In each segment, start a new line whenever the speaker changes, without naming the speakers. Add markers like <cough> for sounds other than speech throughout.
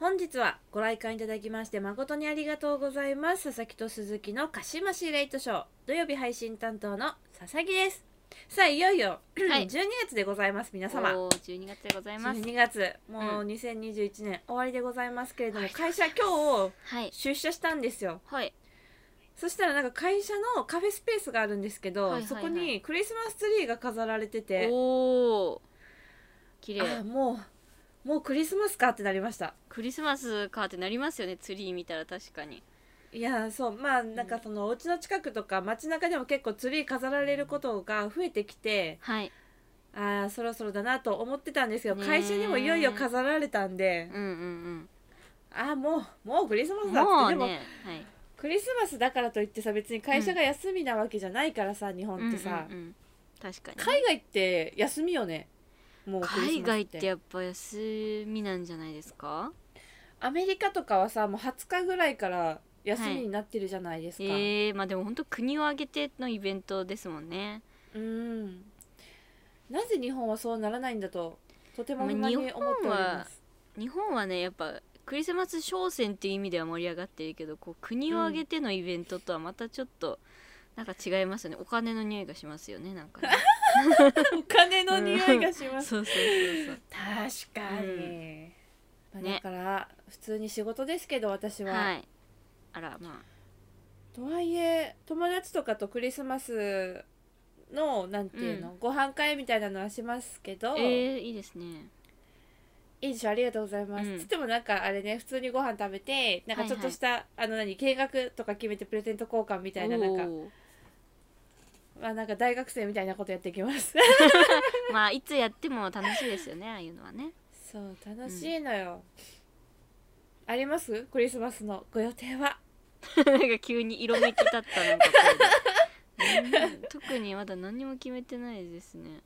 本日はご来館いただきまして誠にありがとうございます佐々木と鈴木のかしましレイトショー土曜日配信担当の佐々木ですさあいよいよ、 <clears throat>
はい
12月でございます皆様
おー12月でございます。
12月もううん2021年終わりでございますけれども
終わ
会
り
社
でございます
今日
はい。
出社したんですよ
はい。
そしたらなんか会社のカフェスペースがあるんですけど、
はいはいはい
そこにクリスマスツリーが飾られてて
おー。綺
あ
麗。
もうもうクリスマスかってなりました
クリスマスかってなりますよね。ツリー見たら確かに。
いやーそうまあなんかそのお家の近くとか街中でも結構ツリー飾られることが増えてきて
はい。
あーそろそろだなと思ってたんですけど
ねー
会社にもいよいよ飾られたんで
うんうん
あーもうもうクリスマ
うん。
スだっつっ
もう
て、でも
ね。はい。
クリスマスだからといってさ別に会社が休みなわけじゃないからさ、日本ってさ、
うんうんうん確かに。
海外って休みよねもうクリス
海
マス
外
っ
っててやっぱ休みなんじゃないですか
アメリカとかはさもう20日ぐらいから休みになってるじゃないですか、
ええまあでも本当国を挙げてのイベントですもんね
うんなぜ日本はそうならないんだととても
まあ
不満に思っております。
日本はねやっぱクリスマス商戦っていう意味では盛り上がってるけどこう国を挙げてのイベントとはまたちょっとなんか違いますよねお金の匂いがしますよねなんかね
お金の匂いがします。
そうそうそうそう
確かに。まあ、だ
ね
から、普通に仕事ですけど私は、
はいあらま
とはいえ友達とかとクリスマスのなんていうの、ご飯会みたいなのはしますけど、
あえー、いいですね
いいでしょありがとうございます、
うん
つってもなんかあれね普通にご飯食べてなんかちょっとした、あの何計画とか決めてプレゼント交換みたいななんか
おー
まあなんか大学生みたいなことやっていきます
まあいつやっても楽しいですよねああいうのはね
そう楽しいのよ、ありますクリスマスのご予定は
なんか急に色めき立ったなんか声で
<laughs>
うん特にまだ何にも決めてないですね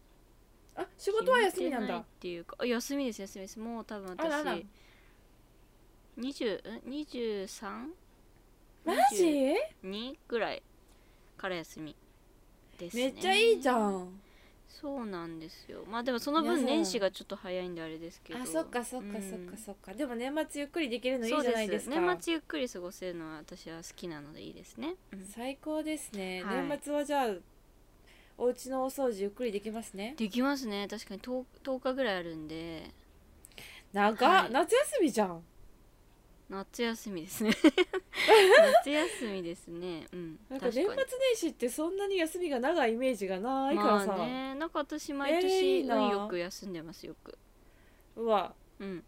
あ仕事は休みなん
決めてい
だ
っていうかあ休みです休みですもう多分
あらあら
私二十二十三
マジ
二ぐらいから休みです
め
ね
っちゃいいじゃん
そうなんですよまあでもその
いやそ
分
うなの
年始がちょっと早いんであれですけど
あそっかそっかそっ
うん
かそっか、でも年末ゆっくりできるのいい
そう
じゃないですか
年末ゆっくり過ごせるのは私は好きなのでいいですね、うん
最高ですね、
はい
年末はじゃあお家のお掃除ゆっくりできますね
できますね確かに 10, 10日ぐらいあるんで
長、
はい
夏休みじゃん
夏休み
<laughs>
ですね夏休みですねうん
なんか年末
確
年始ってそんなに休みが長いイメージがないから
ま
さ、
あねなんか私
え
毎
ーい
年
いな
運よく休んでますよく
うわ
うん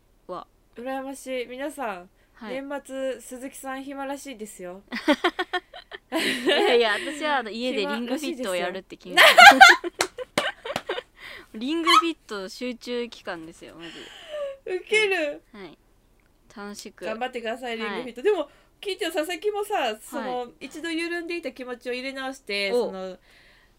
羨ましい皆さん、
はいい
年末鈴木さん暇らしいですよ
やいや私はあの家でリングフィットをやるって決めて <laughs> リングフィット集中期間ですよマジ
ウケる
ではい楽しく
頑張ってくださいリン
はい
グフィット、でも聞いてよ佐々木もさその、
は
一度緩んでいた気持ちを入れ直して
お
その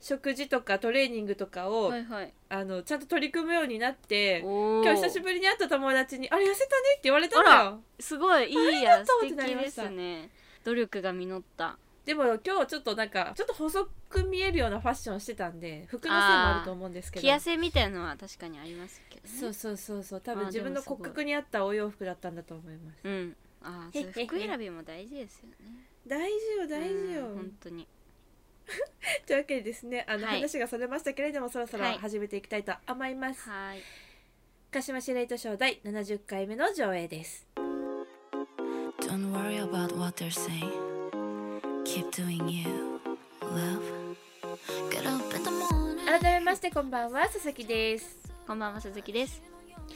食事とかトレーニングとかを、
はいはい
あのちゃんと取り組むようになって
お
今日久し
ー
ぶりに会った友達に「あれ痩せたね」って言われたの
あ
よ
すごい
<laughs>
いいや
とう
素
ってなり
敵
ま
で
した
すね努力が実った
でも今日ちょっとなんかちょっと細く見えるようなファッションしてたんで服の線もあると思うんですけど
着痩せみたいのは確かにありますけどね
そうそうそうそう多分
あー
自
でも
分の
すごい
骨格に合ったお洋服だったんだと思います
うんああそれ服選びも大事ですよね
大事よ大事よ
うん本当に
というわけでですねあの、
はい
話がそれましたけれどもそろそろ
はい
始めていきたいと思います、
はい
鹿島シレイトショー第70回目の上映です
Don't worry about what they're saying. Keep doing you, love. Get up in the morning.
改めましてこんばんは佐々木です
こんばんは鈴木です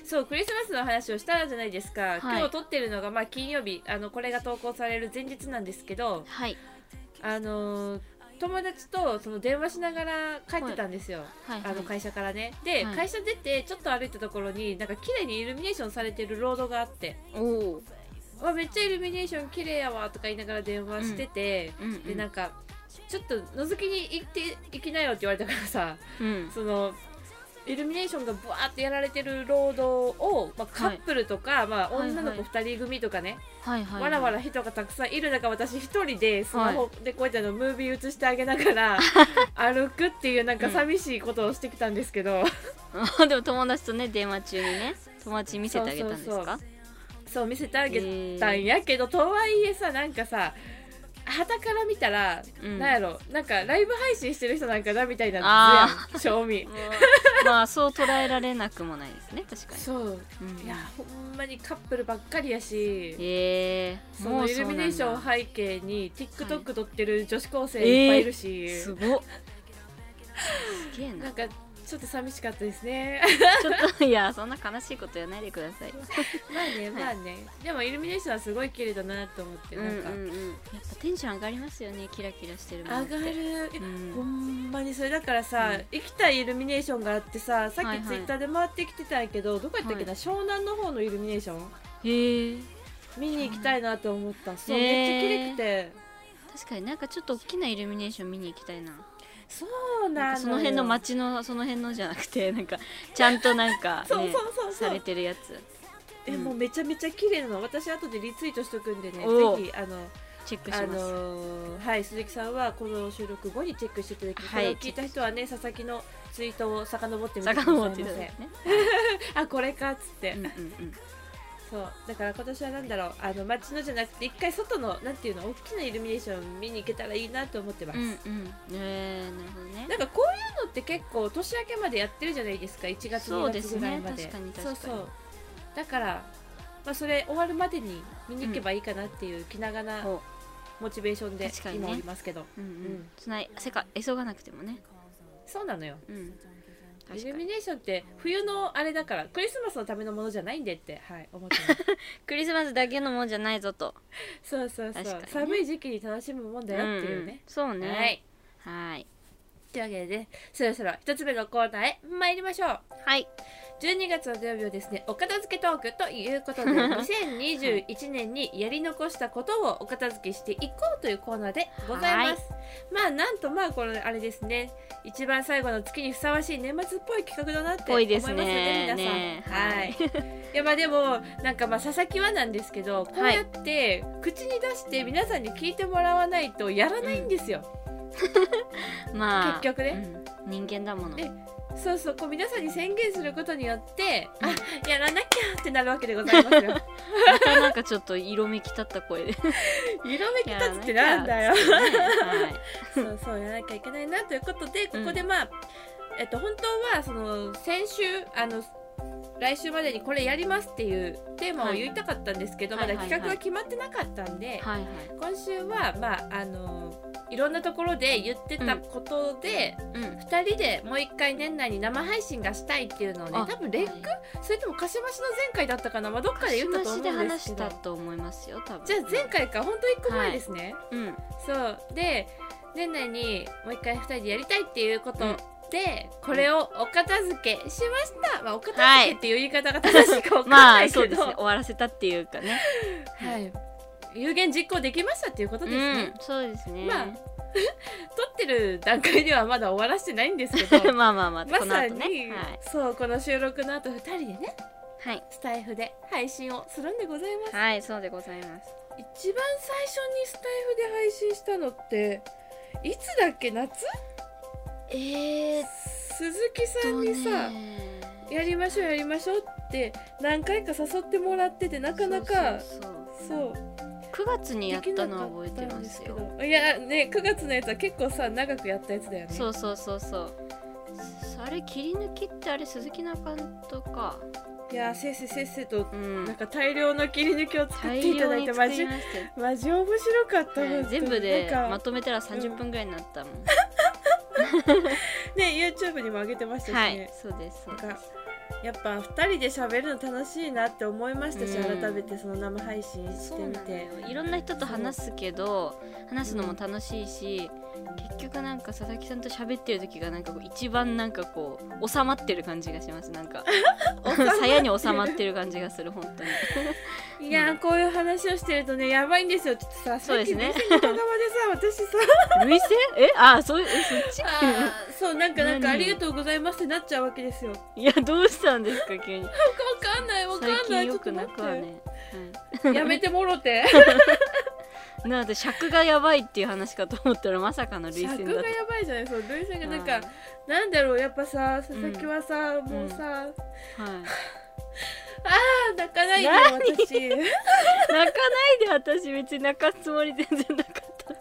そうクリスマスの話をしたじゃないですか、
い
今日撮ってるのがまあ金曜日あのこれが投稿される前日なんですけど
はい
あのー友達とその電話しながら帰ってたんですよ、
はい
あの会社からねで、
はい
会社出てちょっと歩いたところになんか綺麗にイルミネーションされてるロードがあって
おお
「わめっちゃイルミネーション綺麗やわ」とか言いながら電話してて、
うんうん
でなんか「ちょっと覗きに行って行きなよ」って言われたから
<laughs>
さ
うん
そのイルミネーションがブワーってやられてるロードを、まあ、カップルとか、まあ、
はいはい
女の子2人組とかね、
はいはい
わらわら人がたくさんいる中私一人でスマホでこうやってあのムービー映してあげなが
<laughs>
ら歩くっていうなんか寂しいことをしてきたんですけど、
<laughs> らでも友達とね電話中にね友達に見せてあげたんです
そうそ
か
うそう見せてあげたんやけど、とはいえさなんかさはたから見たら、
うん
なんやろなんかライブ配信してる人なんかなみたいな
あ
んですやん賞
<laughs>
味
まあそう捉えられなくもないですね確かに
そう
うん
いやほんまにカップルばっかりやし
えー、
そのイルミネーションを
入
背景に TikTok 撮ってる女子高生いっぱいいるし、
すごっすげ
<laughs>
え
なん
な
かちょっと寂しかったですね
ちょっといやそんな悲しいことやないでくださいよ
まあねまあ
<laughs>
ね、でもイルミネーションはすごい綺麗だなと思ってなんか、
うんうんうん、やっぱテンション上がりますよねキラキラしてるも
上
のって
がる、
うん
ほんまにそれだからさ、
うん
行きたいイルミネーションがあってささっ
はい
きツ
はい
イッターで回ってきてたんやけど、どこやったっけな、
はい
湘南の方のイルミネーション
へえ
見に行きたいなと思ったそう、
へー
めっちゃ綺麗くて
確かになんかちょっと大きなイルミネーション見に行きたいな
そう
なん
な
か
の
その辺の街のその辺のじゃなくてなんかちゃんとなんか、 <laughs> ね、
そうそうそうそ
され
う
てるやつ
えもうめちゃめちゃ綺麗なの私後でリツイートしとくんでね
おう
ぜひあの
チェックし
あ
ます、
のーはい鈴木さんはこの収録後にチェックしていただき、
はい
これを聞いた人はね佐々木のツイートを遡ってみてください
遡
ま
っていただい
せ
てね
あこれかっつって、
うんうん
そうだから今年はなんだろうあの街のじゃなくて一回外のなんていうの大きなイルミネーション見に行けたらいいなと思ってます、
うんうんうんえー、なるほどね
なんかこういうのって結構年明けまでやってるじゃないですか1月
そう
2
で
月
す
ぐらい
ね
まで
確かに確かに
そうそうだから、まあ、それ終わるまでに見に行けばいいかなっていう気長な
ほ
モチベーションで
確かにね
今おりますけど、
ううんうん、
うん
そんな世界急がなくてもね
そうなのよ
うん確
イ
か
ルミ
に
ネーションって冬のあれだからクリスマスのためのものじゃないんでって、はい、思って
<laughs>
ます
クリスマスだけのもんじゃないぞと
そうそうそう、
確かにね
寒い時期に楽しむもんだよっていう
うんうん
ね、
そうね
はい
はいはい
というわけでねそろそろ一つ目のコーナーへ参りましょう
はい
12月の土曜日はですねお片付けトークという <laughs> ことで2021年にやり残したことをお片付けしていこうというコーナーでございます、まあなんとまあこのあれですね一番最後の月にふさわしい年末っぽい企画だなって
ぽ
思い
い
ま
ですす
よ
ね
ね皆さん
ね
はいいやまあでもなんかまあ佐々木はなんですけどこうやって口に出して皆さんに聞いてもらわないとやらないんですよ、
まあ
結局ね、
うん人間だもの
でそうそうこう皆さんに宣言することによってあやらなきゃってなるわけでござい
<laughs>
ますよ
またなんかちょっと色めき立った声で
色めき立
やら
つ
な
っ
き
て
ゃ
なんだよ
つってね <laughs> はい
そうそうやらなきゃいけないなということでここでまあ、えっと本当はその先週あの来週までにこれやりますっていうテーマを言いたかったんですけど、
はい
まだ
はいはい
企画が決まってなかったんで、
はいはい
今週はまああのいろんなところで言ってたことで、
うん
二人でもう一回年内に生配信がしたいっていうのをね
あ
多分レッグ、
はい
それともかしましの前回だったかな、まあ、どっかで言ったと思
で
うんで
話
す
し
けど
たと思いますよ多分
じゃあ前回か本当一1個前ですね、
うん
そうで年内にもう一回2人でやりたいっていうこと
うん
で、これをお片付けしました、まあ、お片付けっていう言い方が正しくわかん
ま
ない
あ
けど、
そうですね終わらせたっていうかね
はい、有言実行できましたっていうことですね、
うんそうですね
ま撮ってる段階ではまだ終わらせてないんですけど
<laughs> まあまあ <laughs> ま
ま
あこの
さ
後
に、
ねはい
そうこの収録の後2人でね
はい
スタイフで配信をするんでございます
はいそうでございます
一番最初にスタイフで配信したのっていつだっけ夏
えー
鈴木さんにさ、やりましょうやりましょうって何回か誘ってもらっててなかなか
そう
そう
9月にや
で
っ
き
た
な
の
か
は覚え
った
て
ん
ま
です
す
け
よ
どいやね9月のやつは結構さ長くやったやつだよね
そうそうそうそうそあれ切り抜きってあれ鈴木の監督か
いやせっせせっせと
う
なん
ん
か大量の切り抜きを作っ
大
ていた
量
だい
に
て
作
マ
り
ジ
ましたよ
マジ面白かった、
はい
本当に
全部で
な
ま
んか、
とめたら30分ぐらいになったもん
ね YouTube にも上げてましたしね、
はいそうですそう
な
で
んかやっぱ2人で喋るの楽しいなって思いましたし、
うん
改めてその生配信
す
し
そう
て
な
み
の
て
よいろんな人と話すけど話すのも楽しいし結局なんか佐々木さんと喋ってる時がなんかこう一番なんかこう収まってる感じがしますなんか鞘に収まってる感じがする本当に
いやーこういう話をしてるとねやばいんですよちょっとさ
そうですね
さっきの動画までさ私さ
涙腺えあそうえそっち
あーそうなんかなんか「
何
ありがとうございます」ってなっちゃうわけですよわ
いやどうしたんですか急に
かんないわか
最
んな
近
いちょ
よ
っと
くな
待っ
くは
て
ね、
やめてもろて <laughs>
はい、なので尺がやばいっていう話かと思ったらまさかの涙腺
尺
だっ
がやばいじゃないそう涙腺が
た
なんかなんだろうやっぱさ佐々木はさもうさ
はい、はい
あ泣かないよ私
泣かないで私別に泣かすつもり全然なかっ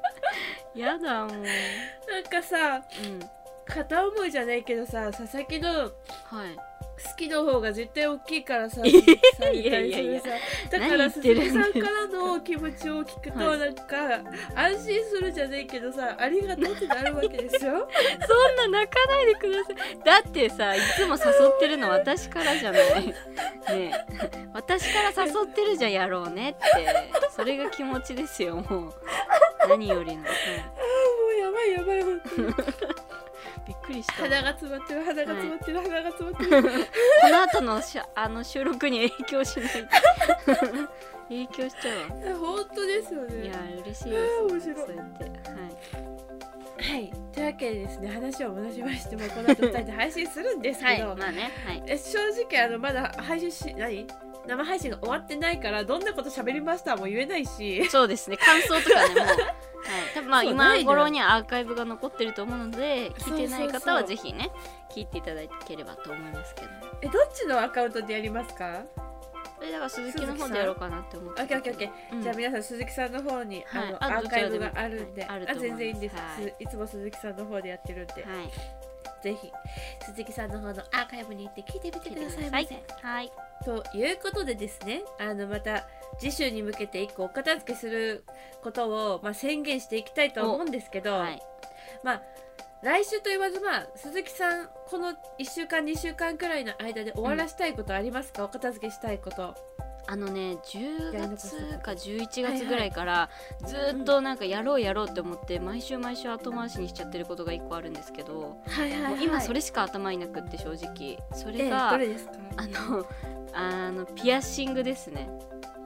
たやだもう、う
なんかさ
ん、
片思いじゃないけどさ佐々木の
はい
好きの方が絶対大きいからさ
いやいやいや
さだから
何言って
鈴木
る
さ
ん
んからの気持ちを聞くと、
はい
なんか安心するじゃないけどさありがとうってなるわけ
<laughs>
ですよ
そんな泣かないでくださいだってさいつも誘ってるの私からじゃ <laughs> ないねえ私から誘ってるじゃんやろうねってそれが気持ちですよもう何よりの、はい
あもうやばいやばい本当に
びっくりした
鼻が詰まってる鼻が詰まってる、鼻が詰まってる
この後のしゃあの収録に影響しないで <laughs> 影響しちゃう <laughs> わ
本当ですよね
いや嬉しい
うん
で
面
す、ね、
白い
そうやってはい
はいというわけでですね話を戻しましてもうこの後2人で配信するんですけど、
まあねはい
え正直あのまだ配信し何生配信が終わってないからどんなこと喋りましたも言えない <laughs> し
そうですね感想と
<laughs>
かねもうはい多分まあ
そう
今
ないのよ
頃にはアーカイブが残ってると思うので聞いてない方
そ
は
うそうそう
ぜひね聞いていただければと思いますけど
えどっちのアカウントでやりますか
それだから鈴木の方でやろうかなって思っ
オ
て
ッケーオッケーオッケー、
うん
じゃあ皆さん鈴木さんの方に、
はい
あ
あ
のアー
どち
カイ
らで
ブ
も
があるんで、
はいあると
あ
思いま
全
す
然いいんです、
はい
すいつも鈴木さんの方でやってるんで、
はい
ぜひ鈴木さんの方のアーカイブに行って聞いてみてくださいませ、
はい
ということでですねあのまた次週に向けて一個お片付けすることを、まあ、宣言していきたいと思うんですけど、
はい
来週と言わずまあ鈴木さんこの1週間2週間くらいの間で終わらしたいことありますか、お片付けしたいこと
あのね10
やり残したこと
月か11月ぐらいからずーっとなんかやろうやろうって思って毎週毎週後回しにしちゃってることが1個あるんですけども
はいは
う今そ
れ
れしか頭になくって正直そ
え
れ
え
が
どれですか
あの <laughs> あのピアッシングですね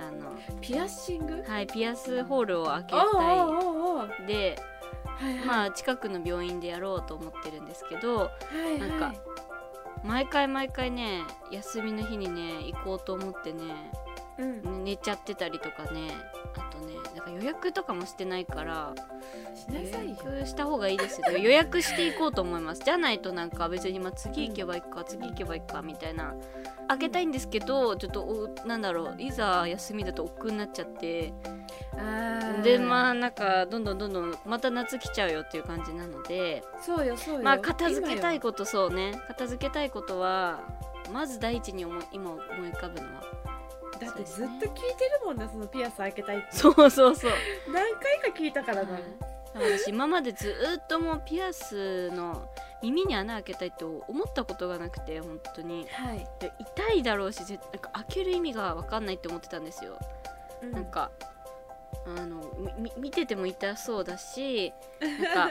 あの
ピアッシング
はいピアスホールを開け
お
た
うおうおうおう
いで
はいはい
まあ近くの病院でやろうと思ってるんですけど
はいはい
なんか毎回毎回ね休みの日にね行こうと思ってね
うん
ね寝ちゃってたりとかねあとねなんか予約とかもしてないから
し
予
なさいよ
約した方がいいですけど予約していこうと思いますじゃないとなんか別にまあ次行けばいいか次行けばいいかみたいな開けたいんですけどちょっとおなんだろういざ休みだと億劫になっちゃって
あ
でま
あ
あなんかどんどんどんどんまた夏来ちゃうよっていう感じなので
そうよそうよ
まあ片付けた
今
い
よ
ことそうね片付けたいことはまず第一に思い今思い浮かぶのは
だってずっと聞いてるもんなそのピアス開けたいって
そうそうそう
何回か聞いたからな、
はい私今までずーっともうピアスの耳に穴開けたいと思ったことがなくて本当に
はい、
で痛いだろうし絶なんか開ける意味が分かんないって思ってたんですよ、
うん
なんかあのみ見てても痛そうだし
<laughs>
なんか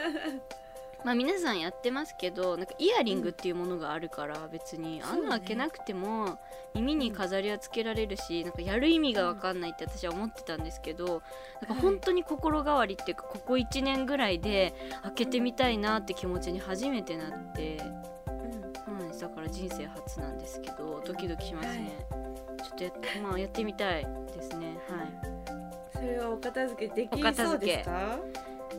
まあ皆さんやってますけどなんかイヤリングっていうものがあるから別に
そうだね
穴開けなくても耳に飾りはつけられるしなんかやる意味が分かんないって私は思ってたんですけどなんか本当に心変わりっていうかここ1年ぐらいで開けてみたいなって気持ちに初めてなって。
<laughs> うん
うん、だから人生初なんですけどドキドキしますね、ちょっとやっ,、まあ、やってみたいですねはい
それはお片付けで
お
き
片
そう
付け
ですか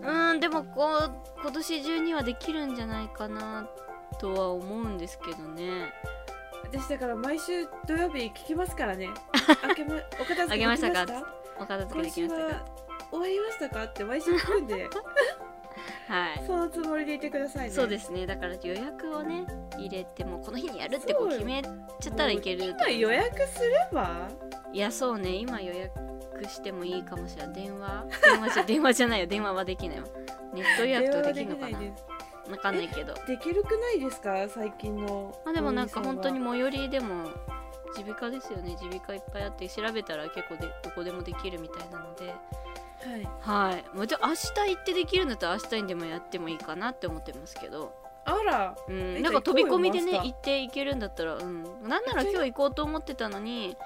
うんでもこう今年中にはできるんじゃないかなとは思うんですけどね
私だから毎週土曜日聞きますから
<laughs>
ねあけまお片付けできました
あ
か
げましたお片付け
今
でき
週
ました
は終わりましたかって毎週聞くん
<laughs>
で
かはい
そのつもりでいてくださいね
そうですすねだから予約をね入れてもうこの日にやるって
そ
こ
う
う
よ
決めちゃったらいけると思いま
今
す
予約すれば
いやそうね今予約してもいいかもしれない電話
<laughs>
電話じゃ電話じゃないよ電話はできないわネット予約とかできるのかな
電話はできないです
わかんないけど
できるくないですか最近の
まあでもなんか本当に
お
最寄りでも耳鼻科ですよね耳鼻科いっぱいあって調べたら結構でどこでもできるみたいなので
店はい
はいもうじゃあ明日行ってできるんだったら明日にでもやってもいいかなって思ってますけど、
あら
う
え
ん、なんか飛び込みでね
じゃあ行こうよ明日
行っていけるんだったらうんなんなら今日行こうと思ってたのに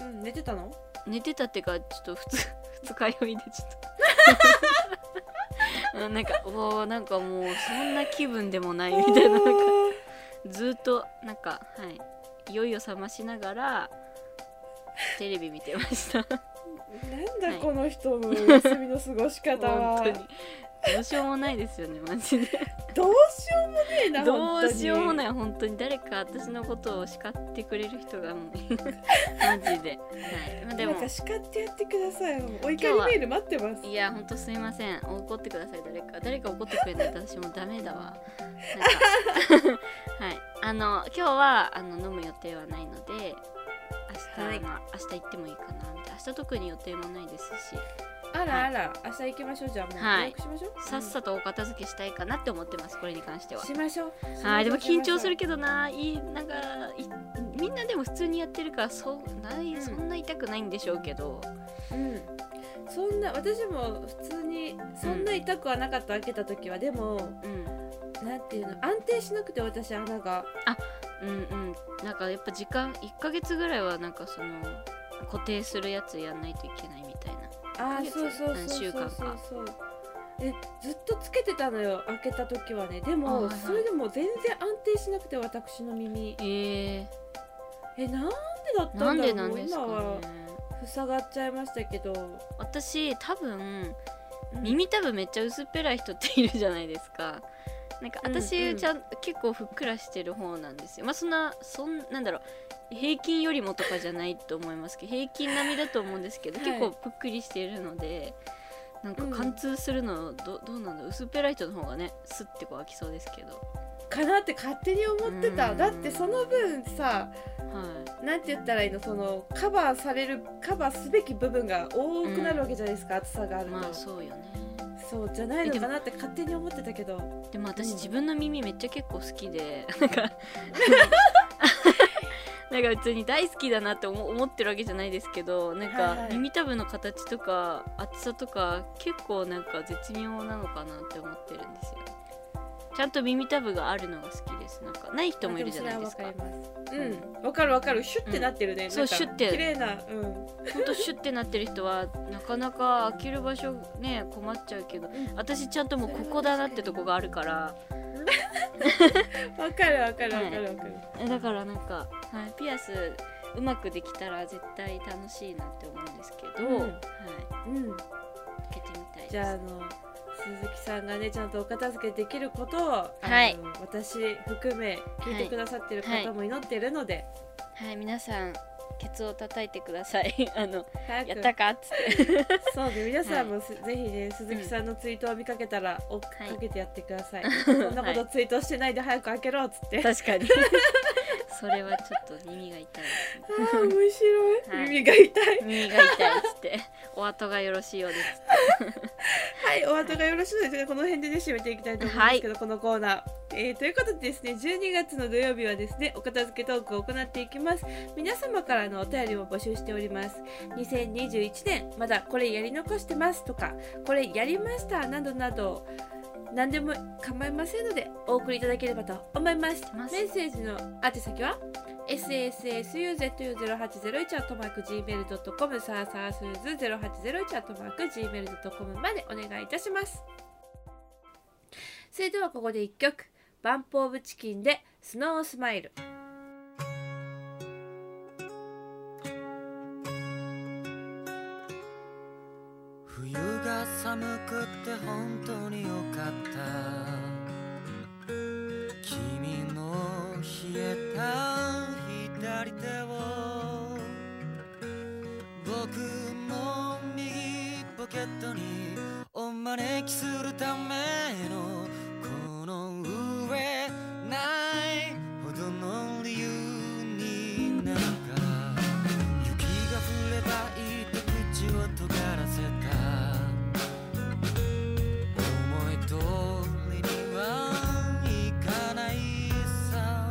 うん寝てたの
寝てたっていうかちょっと普通 <laughs> 二日酔いでちょっと <laughs> うんなんかおーなんかもうそんな気分でもないみたいななんかずっとなんかはい酔いを覚ましながらテレビ見てました
なんだ
はい
この人の休みの過ごし方は
<laughs> 本当にどうしようもないですよねマジで
どうしようもねえな
どうしようもないい本当に誰か私のことを叱ってくれる人がもう <laughs> マジで、はい、まあで
な
も
んか叱ってやってくださいお怒
今日
り
は
メール待ってます
いやほんとすいません怒ってください誰か誰か怒ってくれないと私もうダメだわなんか <laughs> はいあの今日はあの飲む予定はないので明日、
はい
まあ、明日行ってもいいかなみたいな明日特に予定もないですし
あらあら明日行きましょうじゃあもう
はい
予約しましょう、
さっさとお片付けしたいかなって思ってますこれに関しては
しましょう
はいでも緊張する
け
けどないいなんかいみんなでも普通にやってるからそうない、
うん
そんな痛くないんでしょうけど
ど、うん、そんな私も普通にそんな痛くはなかった開けた時は、でも
うん
なんていうの安定しなくて私穴が
うんうんなんかやっぱ時間1ヶ月ぐらいはなんかその固定するやつやんないといけないみたいな
ああ
一ヶ月
そうそうそう
何
そ
週
うそ
間
う
か
そうえずっとつけてたのよ開けた時はねでも、
あはいはい
それでも全然安定しなくて私の耳
え
えなんでだっ
ー、
た
なんん
だろ
で
う
なんですか
今は
ね
塞がっちゃいましたけど、
私多分
うん
耳たぶめっちゃ薄っぺらい人っているじゃないですかなんか
うん
私、
うん
ちゃん結構ふっくらしてる方なんですよまあそんなそんなんだろう平均よりもとかじゃないと思いますけど平均並みだと思うんですけど、
はい
結構ぷっくりしてるのでなんか
うん
貫通するのど,、どうなんだ薄っぺらい人の方がねスッてこう開きそうですけど
かなって勝手に思ってた
うん
だってその分さ
はい
なんて言ったらいいのそのカバーされるカバーすべき部分が多くなるわけじゃないですか、厚さがあると、
まあそうよね
そうじゃないのかなって勝手に思ってたけど
でも私、
うん
自分の耳めっちゃ結構好きでなんか <laughs> なんか普通に大好きだなって思思ってるわけじゃないですけどなん
はいは
か
い
耳たぶの形とか厚さとか結構なんか絶妙なのかなって思ってるんですよちゃんと耳たぶがあるのが好きですなんかない人もいるじゃないですか
あもそれはわかりますうんわかるわかるシュッてなってるね、
ん
なんか
そうシュッて
綺麗なうん
ほんとシュッてなってる人はなかなか開ける場所ね困っちゃうけど私ちゃんともうここだなってとこがあるから
わかるわかるわかるわかる、
えだからなんか、はい、ピアスうまくできたら絶対楽しいなって思うんですけど、
うん
はい、
うん
開けてみたいです
じゃああの鈴木さんがねちゃんとお片付けできることを、
はい
あの私含め聞いてくださってる方も祈ってるので、
はい皆さんケツを叩いてください <laughs> あの
早く
やったかっつ
<laughs>
って
そうで皆さんもす、ぜひね鈴木さんのツイートを見かけたら追っかけてやってくだ <laughs> さい、そんなことツイートしてないで早く開けろっつって、あ
確かに <laughs> それはちょっと耳が痛いですね
<laughs> あ面白い、
はい
耳が痛い
耳が痛いっつってお後がよろしいようです
はい、お後がよろしいのですが、この辺でね、締めていきたいと思うんですけど、このコーナー。えーということでですね、12月の土曜日はですね、お片付けトークを行っていきます。皆様からのお便りも募集しております。2021年、まだこれやり残してますとか、これやりましたなどなど、何でも構いませんので、お送りいただければと思います。
ます
メッセージの宛先は sassu0801-gmail.com サーサースーズ 0801-gmail.com までお願いいたしますそれではここで一曲バンプオブチキンでスノースマイル
冬が寒くって本当によかった君の冷えた左手を僕の右ポケットにお招きするためのこの上ないほどの理由になんか雪が降ればいいと口を尖らせた思い通りにはいかないさ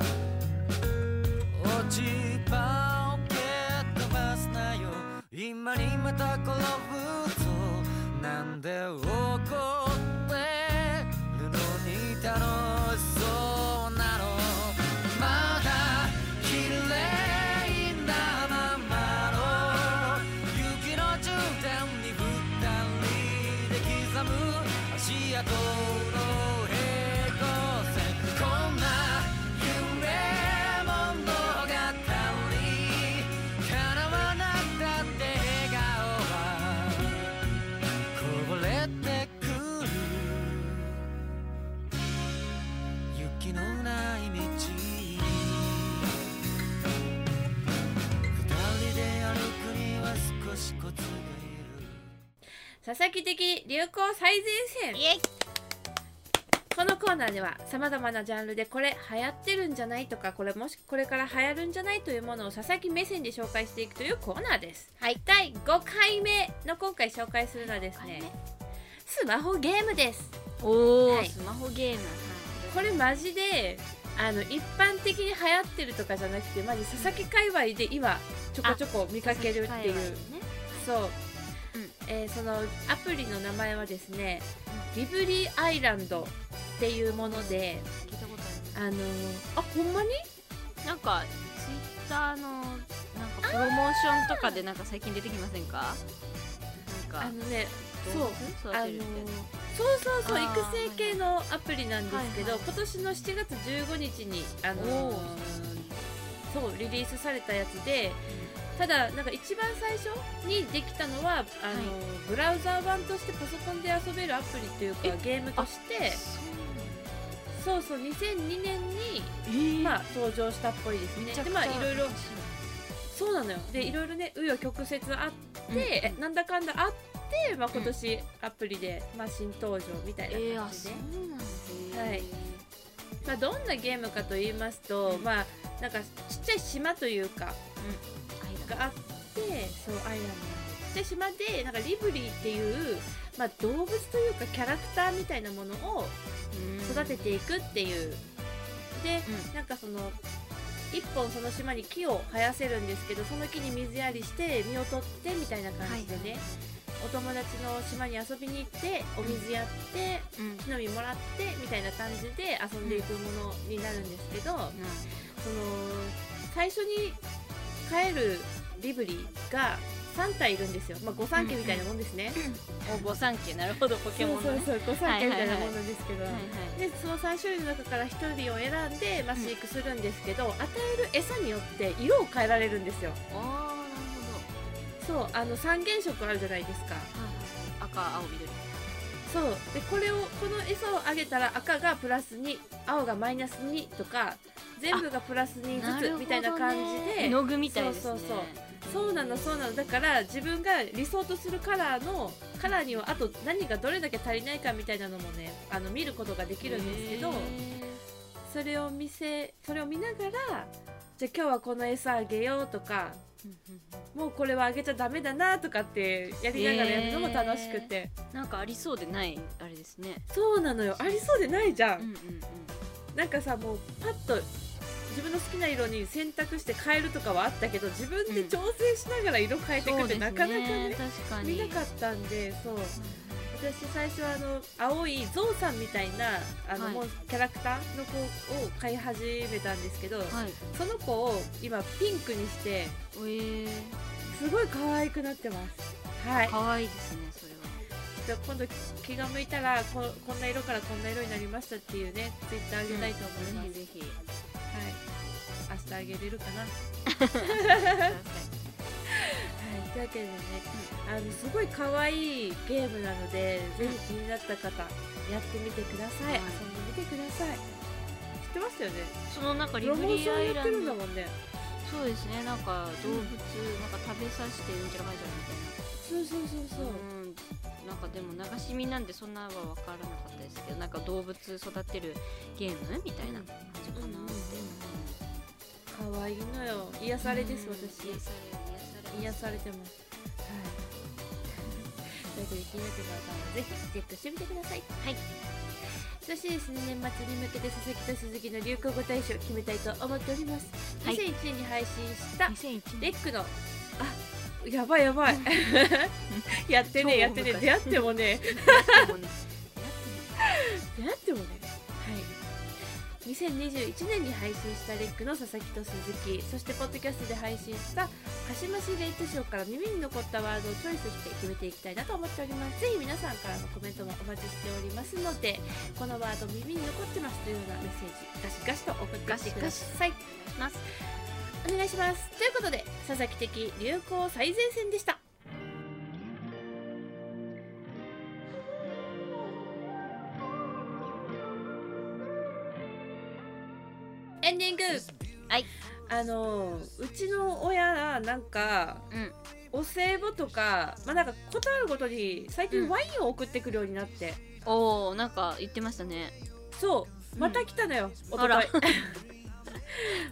落ち葉を蹴っ飛ばすなよ今にまた転ぶぞなんで怒ってるのに楽しそうなのまだ綺麗なままの雪の絨毯に二人で刻む足跡の平行線こんな夢物語叶わなくたって笑顔はこぼれてくる
佐々木的流行最前線
イエイ
このコーナーではさまざまなジャンルでこれ流行ってるんじゃないとかこれもしこれから流行るんじゃないというものを佐々木目線で紹介していくというコーナーです、
はい
第5回目の今回紹介するのはですねスマホゲームです
おお、
はい
スマホゲーム
これマジであの一般的に流行ってるとかじゃなくてマジ佐々木界隈で今ちょこちょこ見かけるっていうそう、
うん
えーそのアプリの名前はですねビブリーアイランドっていうもので
聞いたことあ
あのーあほんまに
るなんかツイッターのなんかプロモーションとかでなんか最近出てきませんか
あ
なん
の
か
ねそ
動
う
物育
あの
てるみたいな
そうそうそう
あー
育成系のアプリなんですけど、
はいはい
今年の7月15日にあの
おー
そうリリースされたやつでただなんか一番最初にできたのはあの、ブラウザー版としてパソコンで遊べるアプリというか
え
ゲームとしてそうそう2002年に、
え
まあ、登場したっぽいですねでまあいろいろそうなのよでいろいろね紆余曲折あって、なんだかんだあって、まあ、今年アプリで、まあ、新登場みたい
えー、
な
あ
感じ
そ
で、
うなんだ
はいまあ、どんなゲームかと言いますと、
うん
まあなんかちっちゃい島というか
が
があってそうアイランドちっちゃい島でなんかリブリーっていう、まあ、動物というかキャラクターみたいなものを育てていくっていう、でなんかその一本その島に木を生やせるんですけどその木に水やりして実を取ってみたいな感じでね、お友達の島に遊びに行ってお水やって
うん、うん
木の実もらってみたいな感じで遊んでいくものになるんですけど、その最初に帰るリブリが3体いるんですよ、まあ、御三家みたいなもんですね、
お御三家なるほどポケモンのね
そうそうそう御三家みたいなもんなんですけど、
はいはい
でその3種類の中から1人を選んで、まあ、
うん
飼育するんですけど、与える餌によって色を変えられるんですよ
おーなる
そうあの三原色あるじゃないですか
ほど、赤青緑
そうでこれをこの餌をあげたら赤がプラス2青がマイナス2とか全部がプラス2ずつみたいな感じで
絵の具みたいですね
そうそうそうなのそうなのだから自分が理想とするカラーのカラーにはあと何がどれだけ足りないかみたいなのもねあの見ることができるんですけど
へー
それを見せそれを見ながらじゃあ今日はこの餌あげようとか
うんうん
もうこれはあげちゃダメだなとかってやりながらやるのも楽しくて、
うんなんかありそうでないあれですね
そうなのよありそうでないじゃん、
うんうん
なんかさもうパッと自分の好きな色に選択して変えるとかはあったけど自分で調整しながら色変えていく
う
っ
ん
てなかなかね
確かに
見なかったんでそう私最初はあの青いゾウさんみたいなあの、
はい
モンキャラクターの子を飼い始めたんですけど、
はい
その子を今ピンクにして
おえー
すごい可愛くなってますはい
可愛いですねそれは
じゃあ今度気が向いたらここんな色からこんな色になりましたっていうねツイッターあげたいと思います、
ぜ
<laughs>
ひぜひ
はい明日あげれるかなはい、というわけでね、あのすごい可愛いゲームなので、ぜひ気になった方、やってみてください。
はい
遊んでみてください。知ってましたよね。
その中
プ
リ
ロ
ブ
モー
リ
シ
ー
ョ
ア
ン
イ
やっ
ラ
てるん
ン
だ
ド
もんね。
そうですねなんか動物なんか食べさせてうんちゃらかんちゃらみたいな
そうそうそうそう。
うんなんかでも流し見なんでそんなは分からなかったですけどなんか動物育てるゲームみたいな感じかなって、
可愛いのよ。癒されです、私。
癒され
癒
癒さ
されてます。はい。というわけで気になってる方はぜひチェックしてみてください。
はい。
そしてですね、年末に向けて佐々木と鈴木の流行語大賞を決めたいと思っております。
はい
2001年に配信した
れ2001
レ
年
ックのあやばいやばい <laughs> やってね
超
やってね
昔
出会ってもね
でもね
出会ってもねはい2021年に配信したレックの佐々木と鈴木そしてポッドキャストで配信した鹿島市レイトショーから耳に残ったワードをチョイスして決めていきたいなと思っておりますぜひ皆さんからのコメントもお待ちしておりますのでこのワード耳に残ってますというようなメッセージガシガシと送ってきてください
お願いします
お願いしますということで佐々木的流行最前線でしたエンディング
はい
あのーうちの親なんか
うん
お歳暮とかまあなんかことあるごとに最
う
近
ん
ワインを送ってくるようになって、
おおなんか言ってましたね
そうまた来たのよ、おと <laughs>
あら
とい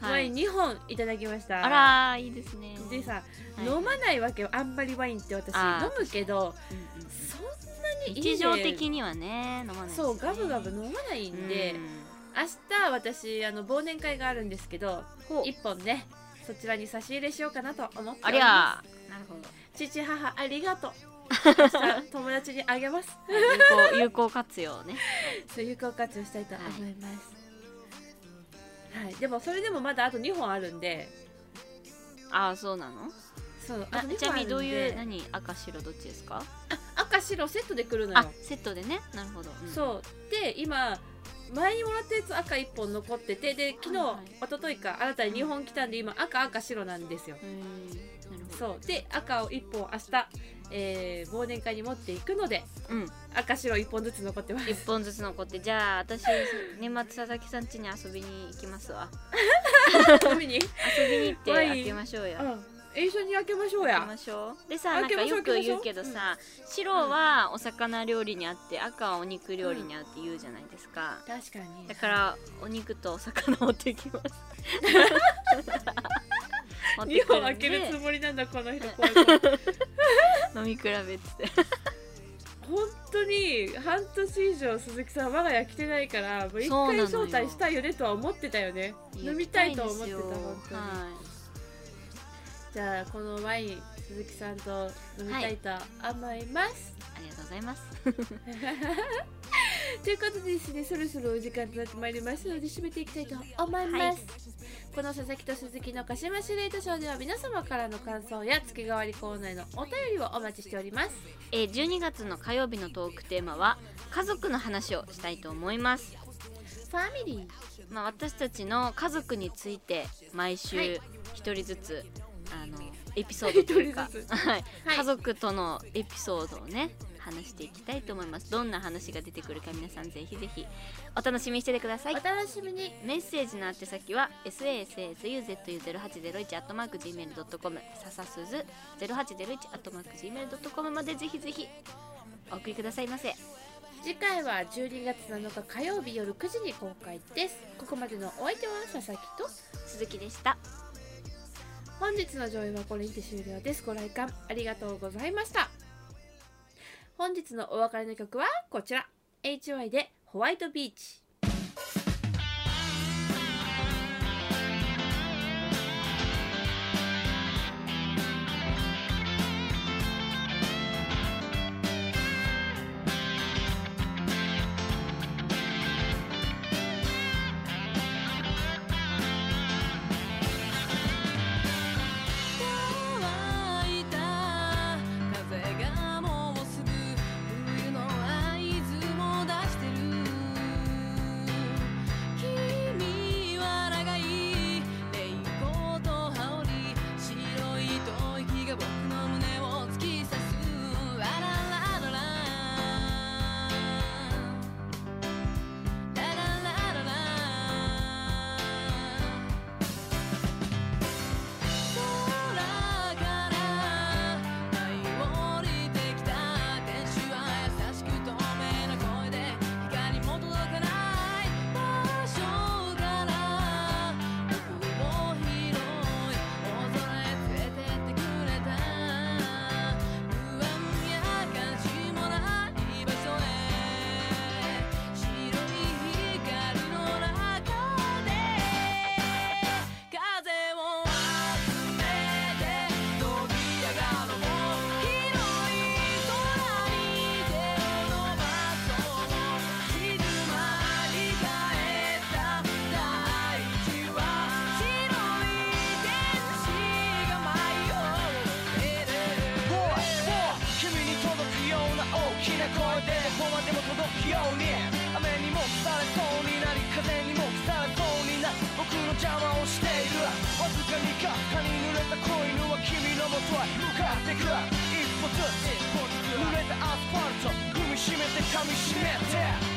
は
ワイ
い
ン2本いただきました
あらーいいですね
でさ、
はい
飲まないわけよあんまりワインって私
あー
飲むけど
うんうん
そんなに家で
日常的にはね飲まないですね
そうガブガブ飲まないんで、
うん
明日私あの忘年会があるんですけど
ほう
一本ねそちらに差し入れしようかなと思ってお
あ
り
り
ま
ゃーなるほど
す父母ありが
<laughs>
とう明日友達にあげます
有効有効活用ね
そういう効活用したいと思います、はいでもそれでもまだあと2本あるんで
ああそうなの
そうあ
あ
と2
ちな
本あるん
みに
で
どういう何赤白どっちですか
赤白セットで来るのよ
あセットでねなるほど、うん
そうで今前にもらったやつ赤1本残っててで昨日、
はいはい
一昨日か新たに2本来たんで今赤赤白なんですよ
へーなるほど
そうで赤を1本明日、えー忘年会に持っていくので
うん
赤白1本ずつ残ってます
一本ずつ残ってじゃあ私年末佐々木さん家に遊びに行きま
<laughs>
すわ
飲みに、
遊びに行って
ワイン
開けま <laughs> しょうや
うん、一緒に開けましょう
開け
や
ましょうでさ
開
なん
け
か
ましょう
よく
開けましょう
言うけどさ白はお魚料理にあって赤はお肉料理にあって言うじゃないですか
確かに
だからお肉とお魚持っ
<laughs>
てきます持って
2
く
本
る
開
ん
けるつ
で
もりなんだこの人こういうの
<laughs> 飲み比べっつって
本当に半年以上鈴木さん我が家来てないからもう一
そうなの
回
よ
招待したいよねとは思ってたよね飲みたいと思ってた
行き
本
ですよ
当に、
はい
じゃあこのワイン鈴木さんと飲みたいと思います、
ありがとうございます。
ということでですねそろそろお時間となってまいりますので締めていきたいと思います、
はい
この佐々木と鈴木の鹿島シュレートショーでは皆様からの感想や月替わりコーナーへのお便りをお待ちしております
えー、12月の火曜日のトークテーマは家族の話をしたいと思います。
ファミリー
まあ私たちの家族について毎週
はい
一人ずつ、あのエピソードというか
<laughs> 一人ず、つ
は
は
い、
い
家族とのエピソードをね話していきたいと思います。どんな話が出てくるか皆さんぜひぜひお楽しみにしててください
お。楽しみに
メッセージの宛先は sassu0801-gmail.com ささすず 0801-gmail.com までぜひぜひお送りくださいませ
次回は12月7日火曜日夜9時に公開ですここまでのお相手は佐々木と
鈴木でした
本日の上映はこれにて終了ですご来館ありがとうございました本日のお別れの曲はこちら HY でホワイトビーチ
乾いた風がもうすぐ冬の合図を出してる君は長いレインコートを羽織り白い吐息が僕の胸を突き刺すララララララララララ空から舞い降りてきた天使は優しく透明な声で光も届かない場所から僕を拾い大空へ連れてってくれた不安や関心もない場所へ白い光の中で風を集めて飛び上がろう広い空に手を伸ばそう静まり返った大地は白い天使が舞い降りる
Boy, boy 君に届くような大きな声でどこまでも届くように雨にもされそうになり風にもされそうになり僕の邪魔をしているわずかにか蚊に濡れた子犬は君のもとへ向かってく一歩ずつ濡れたアスファルト踏みしめて噛みしめて